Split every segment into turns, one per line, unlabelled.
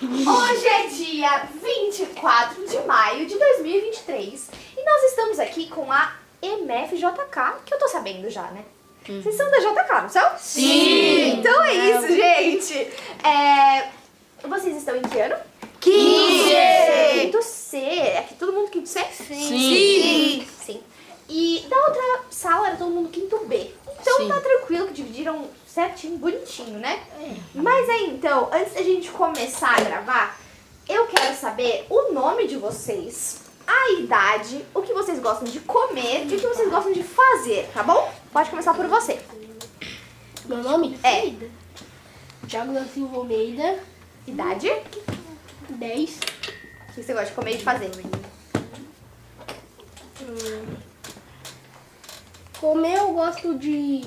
Hoje é dia 24 de maio de 2023 e nós estamos aqui com a MFJK, que eu tô sabendo já, né? Vocês são da JK, não são? Sim! Então é isso, gente! É, Vocês estão em que ano? 15! Do C! É que todo mundo quinto C? Sim! Sim! E da outra sala era todo mundo quinto B. Então tá tranquilo que dividiram certinho, bonitinho, né? Mas aí então, antes da gente começar a gravar, eu quero saber o nome de vocês, a idade, o que vocês gostam de comer e o que vocês gostam de fazer, tá bom? Pode começar por você.
Meu nome?
É.
Thiago da Silva Almeida,
Idade, o
10.
que você gosta de comer e de fazer?
Comer eu gosto de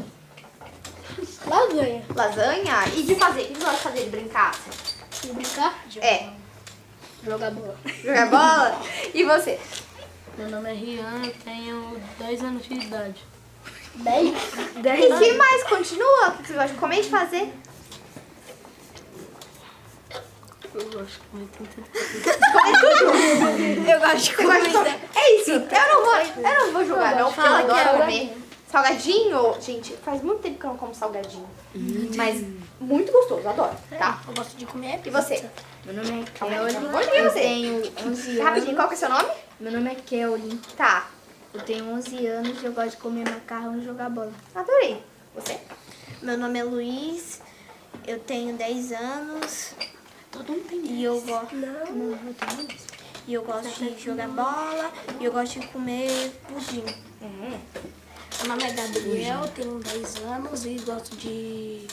lasanha.
Lasanha e de fazer, o que você gosta de fazer de brincar?
De brincar?
É,
Jogar bola.
jogar bola. E você?
Meu nome é Rian, tenho 10 anos de idade.
10?
E que mais? Continua, o que você gosta de comer e de fazer?
Eu gosto de comer tanta
Eu gosto de comer. É isso. Eu não vou, eu não vou julgar, não, porque eu
Fala que é
adoro
salgadinho.
comer. Salgadinho, gente, faz muito tempo que eu não como salgadinho. Mas muito gostoso, adoro. Tá.
Eu gosto de comer.
E você?
Meu nome é
Calma aí,
Keolin.
calma. Onde é
Eu
você?
tenho 11
Rapidinho,
anos.
qual que é o seu nome?
Meu nome é Keolin.
Tá.
Eu tenho 11 anos e eu gosto de comer macarrão e jogar bola.
Adorei. Você?
Meu nome é Luiz. Eu tenho 10 anos. Todo mundo tem E eu gosto. E eu gosto de jogar bola. E eu gosto de comer pudim.
Meu nome é Gabriel, tenho 10 anos e gosto de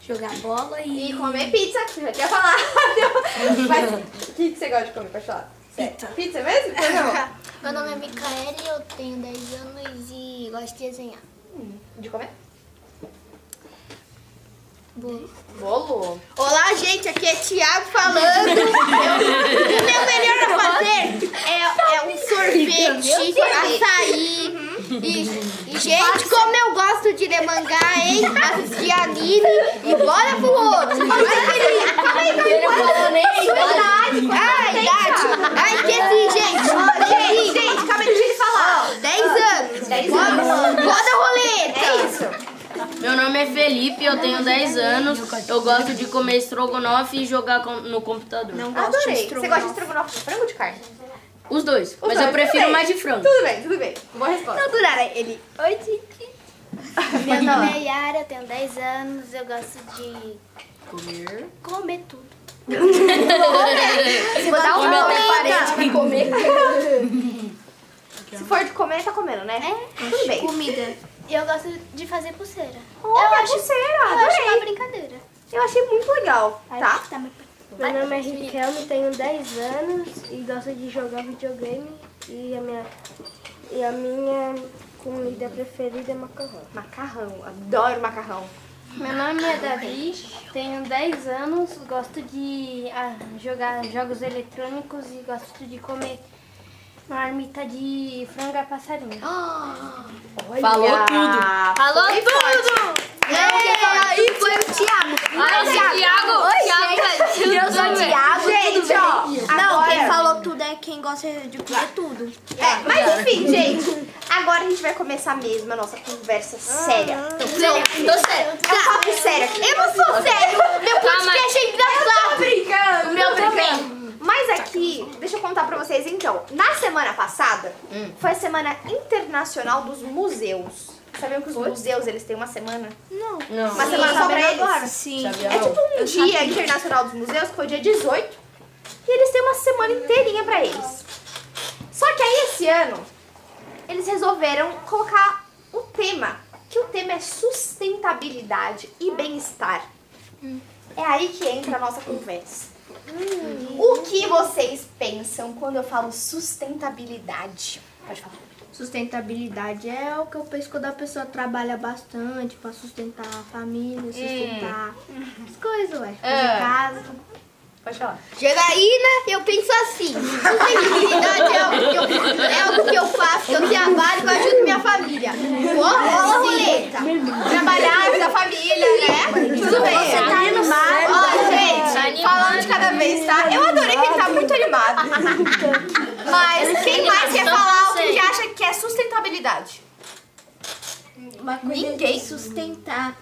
jogar bola
E comer pizza, que você já tinha falado. Mas o que, que você gosta de comer, pode falar? Pizza. Pizza mesmo? Pois não.
Meu nome é Micaele, eu tenho 10 anos e gosto de desenhar.
De comer?
Bolo.
Bolo.
Olá, gente. Aqui é Thiago falando. o meu melhor a fazer é, um sorvete, açaí. E, gente, como eu gosto de ler mangá, hein? Assistir anime e bora pro outro. é
né?
Ah, idade. Ah, esqueci, gente. Esqueci.
Gente, acabei de falar.
10 anos.
10 anos.
Roda a
É
roleta.
isso.
Meu nome é Felipe, eu tenho 10 anos. Eu gosto de comer estrogonofe e jogar com- no computador.
Adorei. Você gosta de estrogonofe de frango ou de carne?
Os dois, mas
dois,
eu prefiro
tudo
mais
bem.
de frango.
Tudo bem, tudo bem. Boa resposta.
ele.
Oi, gente. Meu nome é Yara, eu tenho 10 anos, eu gosto de
Comer.
comer tudo.
Se botar um
comendo
nome
até
parede pra comer. Se for de comer, tá comendo, né? É. Tudo bem.
Comida. E eu gosto de fazer pulseira.
Olha, a pulseira,
Eu acho uma
adorei.
brincadeira.
Eu achei muito legal, tá?
Meu nome é Riquelme, tenho 10 anos e gosto de jogar videogame. E a minha, e a minha comida preferida é macarrão.
Macarrão, adoro macarrão.
Meu nome é Davi, tenho 10 anos, gosto de ah, jogar jogos eletrônicos e gosto de comer marmita de frango a passarinho.
Falou
Olha,
tudo.
Falou tudo.
Mas, Ah, Thiago,
Eu sou Thiago.
Gente, ó.
Não,
agora-
quem falou tudo é quem gosta de comer tudo.
É, mas enfim, gente. Agora a gente vai começar mesmo a nossa conversa séria. Não, tô sério. Ah. Eu papo sério. aqui. Eu não sou sério. Meu podcast é engraçado. Eu tô brincando.
meu também.
Mas aqui, deixa eu contar pra vocês então. Na semana passada, foi a Semana Internacional dos Museus. Sabiam que os museus, eles têm uma semana?
Não.
Uma semana só pra eles?
Sim.
Sabia
É
não?
tipo um dia internacional dos museus, que foi dia 18. E eles têm uma semana inteirinha pra eles. Só que aí esse ano, eles resolveram colocar o tema, que o tema é sustentabilidade e bem-estar. É aí que entra a nossa conversa. O que vocês pensam quando eu falo sustentabilidade? Pode falar.
Sustentabilidade é o que eu penso quando a pessoa trabalha bastante pra sustentar a família,
É.
sustentar as coisas, ué. Fazer casa.
Pode falar. né?
Janaína, eu penso assim. Sustentabilidade
é
Rola a roleta.
Trabalhar, da família, né? Tudo bem. Você tá animado. Ó, gente, falando de cada vez, tá? Eu adorei que ele tá muito animado. Mas quem mais quer falar o que que acha que é sustentabilidade?
Uma coisa
Ninguém.
de sustentar.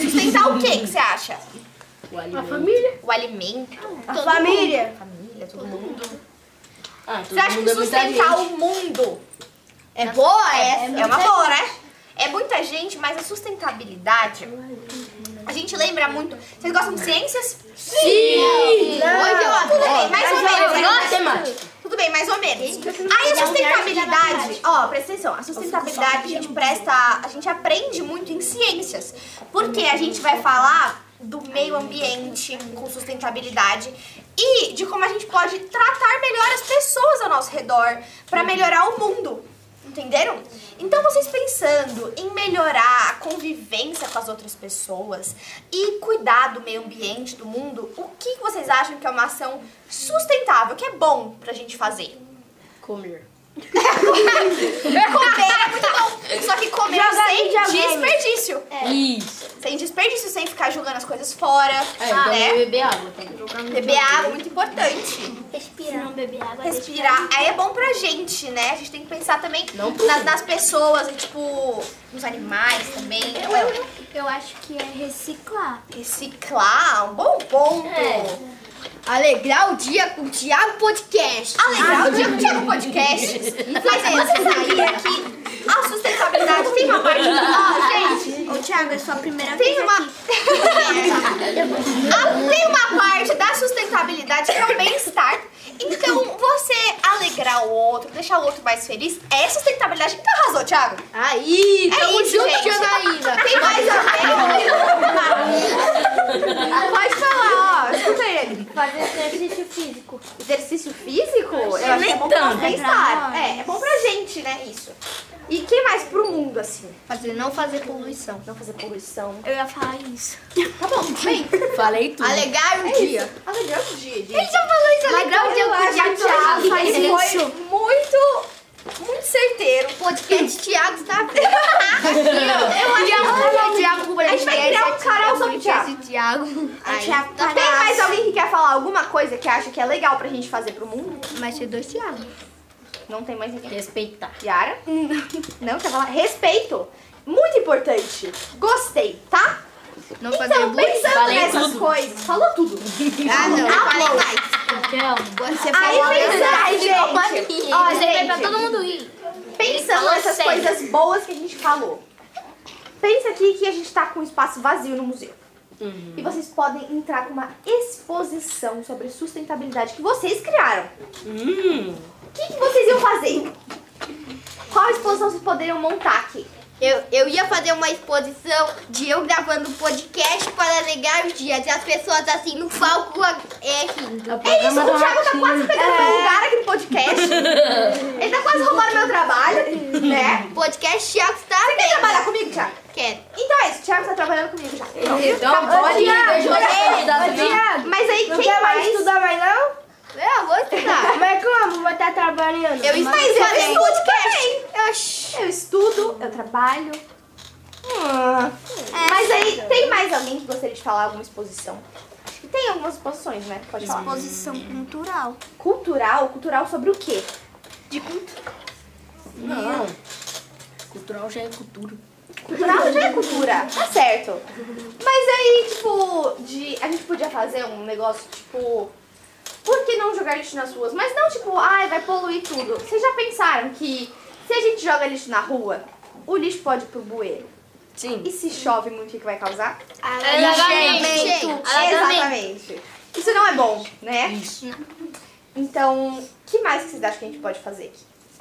Sustentar o que que você acha?
A família.
O alimento,
A família.
a família, todo mundo.
Ah, todo
Você acha
mundo
que
é muita
sustentar
gente.
o mundo é boa? É, é, uma
muita
boa, né? É muita gente, mas a sustentabilidade. A gente lembra muito. Vocês gostam de ciências?
Sim!
Hoje eu adoro. Tudo bem, mais ou menos. né?
Matemática.
Tudo bem, mais ou menos. Aí a sustentabilidade, ó, presta atenção, a sustentabilidade a gente presta, a gente aprende muito em ciências, porque a gente vai falar do meio ambiente com sustentabilidade e de como a gente pode tratar melhor as pessoas ao nosso redor para melhorar o mundo. Entenderam? Então vocês pensando em melhorar a convivência com as outras pessoas e cuidar do meio ambiente, do mundo, o que vocês acham que é uma ação sustentável, que é bom pra gente fazer?
Comer.
Comer é muito bom, só que comer sem desperdício.
Isso.
Sem desperdício, sem ficar jogando as coisas fora,
É, então eu vou
né?
beber água tá? também.
Beber água é muito importante.
Se não beber água,
Respirar. Aí é bom pra gente, né? A gente tem que pensar também
Não
nas, nas pessoas e, tipo, nos animais também.
Eu acho que é reciclar.
Reciclar, um bom ponto.
Alegrar o dia com o Thiago Podcast.
Alegrar o dia que tinha no podcast. Mas você sabia que a sustentabilidade tem uma parte... Ó, gente,
Ô, Thiago, é sua primeira
tem uma... Ah, tem uma parte da sustentabilidade que é o bem-estar. Então, você alegrar o outro, deixar o outro mais feliz, é sustentabilidade. Então, arrasou, Thiago.
Aí,
tá
tamo
É isso,
junto,
gente.
Janaína.
Tem mais alguém? Pode falar, ó. Escuta ele.
Fazer exercício físico.
Exercício físico? Eu acho que é bom pra
tanto.
nós pensar. É, é bom pra gente, né? Isso. E que mais pro mundo, assim?
Fazer, não fazer poluição.
Não fazer poluição.
Eu ia falar isso.
Tá bom, bem.
Falei tudo.
Alegar o dia.
Alegrar o É dia, gente. Ele já falou isso. Alegrar o dia com o dia, Thiago. Ele foi muito, muito certeiro.
Podcast Thiago tá? está aberto.
Eu acho que...
é Thiago com
A gente vai criar um canal sobre o Thiago.
Podcast Thiago. tá Aí,
Thiago, Tem mais alguém que quer falar alguma coisa que acha que é legal pra gente fazer pro mundo?
Mas tem dois Thiago.
Não tem mais ninguém.
Respeitar.
Yara? Não, quer falar? Respeito. Muito importante. Gostei, tá?
Não fazer
Então, pensando
Falei
nessas
tudo. um.
coisas. Falou tudo.
Ah, não. Falei mais.
É
Quando você
Aí
falou, eu já
pensando,
virou
gente. Ó, gente,
Pra todo mundo ir.
pensando nessas coisas boas que a gente falou. Pensa aqui que a gente tá com um espaço vazio no museu.
Uhum.
E vocês podem entrar com uma exposição sobre sustentabilidade que vocês criaram.
Hum.
O que, que vocês iam fazer? Qual exposição vocês poderiam montar aqui?
Eu, eu ia fazer uma exposição de eu gravando um podcast para negar os dias e as pessoas assim no palco é rindo.
É isso, o Thiago tá quase pegando meu lugar aqui no podcast. Ele tá quase roubando meu trabalho, né?
Podcast Thiago está
Você quer
aberto.
trabalhar comigo, Thiago?
Quero.
Então é isso, o Thiago tá trabalhando comigo já.
Então,
Tá-
pode
Ô,
ir,
Thiago,
deixa eu
olha-
ajudar, viu?
Mas aí quem mais?
mais não?
Eu vou estudar.
Mas como? Vou
tá
estar trabalhando.
Eu
Mas
estou
eu
fazendo
estudo
podcast.
também.
Eu sh-
Eu estudo, eu trabalho.
É.
Mas aí, tem mais alguém que gostaria de falar alguma exposição? Acho que tem algumas exposições, né? Pode falar.
Posição cultural.
Cultural? Cultural sobre o quê?
Não. Cultural já é cultura.
Cultural já é cultura, tá certo. Mas aí, tipo, de, a gente podia fazer um negócio, tipo, por que não jogar lixo nas ruas? Mas não, tipo, ai, vai poluir tudo. Vocês já pensaram que se a gente joga lixo na rua, o lixo pode ir pro bueiro?
Sim.
E se chove muito, o que que vai causar?
Gente,
Exatamente. Isso não é bom, né? Isso. Então, que mais que vocês acham que a gente pode fazer?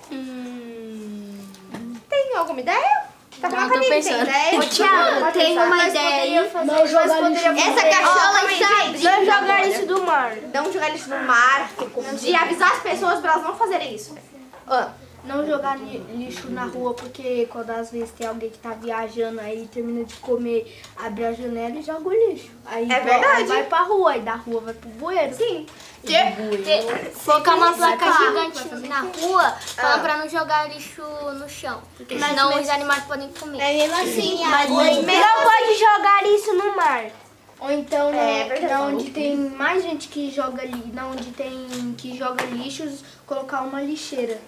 Tem alguma ideia? Tá com
Não,
uma
tô
carinha, tem
pensando.
ideia?
Ô, Thiago,
Pode
tem
pensar.
uma ideia aí.
Não jogar lixo.
essa cachola
Ó,
está
gente,
abrindo.
não jogar
agora.
isso
do mar.
Não jogar lixo no mar, de avisar as pessoas pra elas não fazerem isso. Ah,
Não jogar li- lixo na rua, porque quando às vezes tem alguém que tá viajando aí, termina de comer, abre a janela e joga o lixo. Aí
É
vai-
verdade.
aí vai pra rua, e da rua vai pro bueiro.
sim.
É,
Colocar uma placa gigante.
na na rua falam pra não jogar lixo no chão. Ah. Porque senão É, os animais podem comer.
Mas mesmo assim, a
Não pode jogar isso no mar.
Ou então na,
assim- É verdade,
na
tá
onde tem mais gente que joga ali, na onde tem que joga lixos, colocar uma lixeira.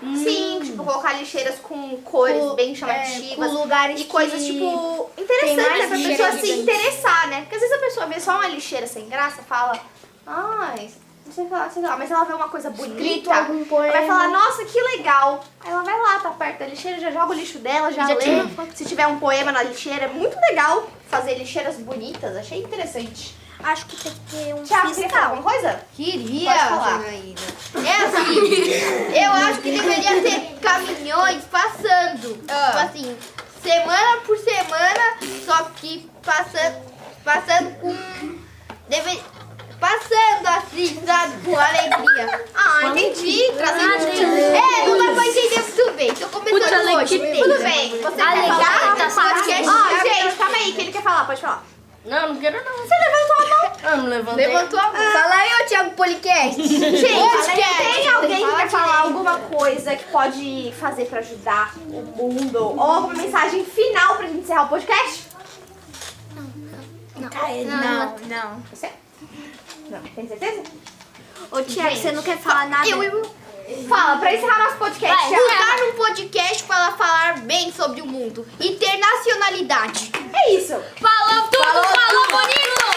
Sim, tipo, colocar lixeiras com cores
Com-
bem
é,
chamativas.
com lugares
e coisas,
que
tipo,
tem
interessantes,
mais
né? Pra
lixeira
pessoa se
gigante.
interessar, né? Porque às vezes a pessoa vê só uma lixeira sem graça fala, ai, não sei o que lá, não sei o que lá. Mas ela vê uma coisa bonita,
algum poema.
vai falar, nossa, que legal. Aí ela vai lá, tá perto da lixeira, já joga o lixo dela, já, lê. Se tiver um poema na lixeira, é muito legal fazer lixeiras bonitas. Achei interessante.
Acho que tem que ter um
Tiago, queria falar alguma coisa?
queria,
Pode falar.
Janaína.
É assim.
Eu acho que deveria ter caminhões passando.
Ah.
Tipo assim, semana por semana, só que passando, passando com. Deve, passando assim, sabe? Com alegria.
Ah, entendi. Trazendo
É, não dá pra entender muito bem. Tô
Puta,
começando hoje.
alegria.
Tudo bem, você quer falar?
tá
Ó,
Ó,
Ah, gente, calma aí, que ele quer falar, pode falar.
Não, não quero não. Você levantou a mão? Eu não levantei.
Levantou a mão. Fala aí, ô Thiago Policast.
Gente,
quer.
tem alguém que
Fala
quer falar alguma coisa que pode fazer pra ajudar o mundo? Ou alguma mensagem final pra gente encerrar o podcast?
Não, não.
Você? Não, tem certeza?
Ô Thiago, você não quer falar nada? Eu, eu,
Fala, pra encerrar nosso podcast. Thiago.
usar um podcast para falar bem sobre o mundo. Internacionalidade.
É isso.
Falou tudo, falou bonito!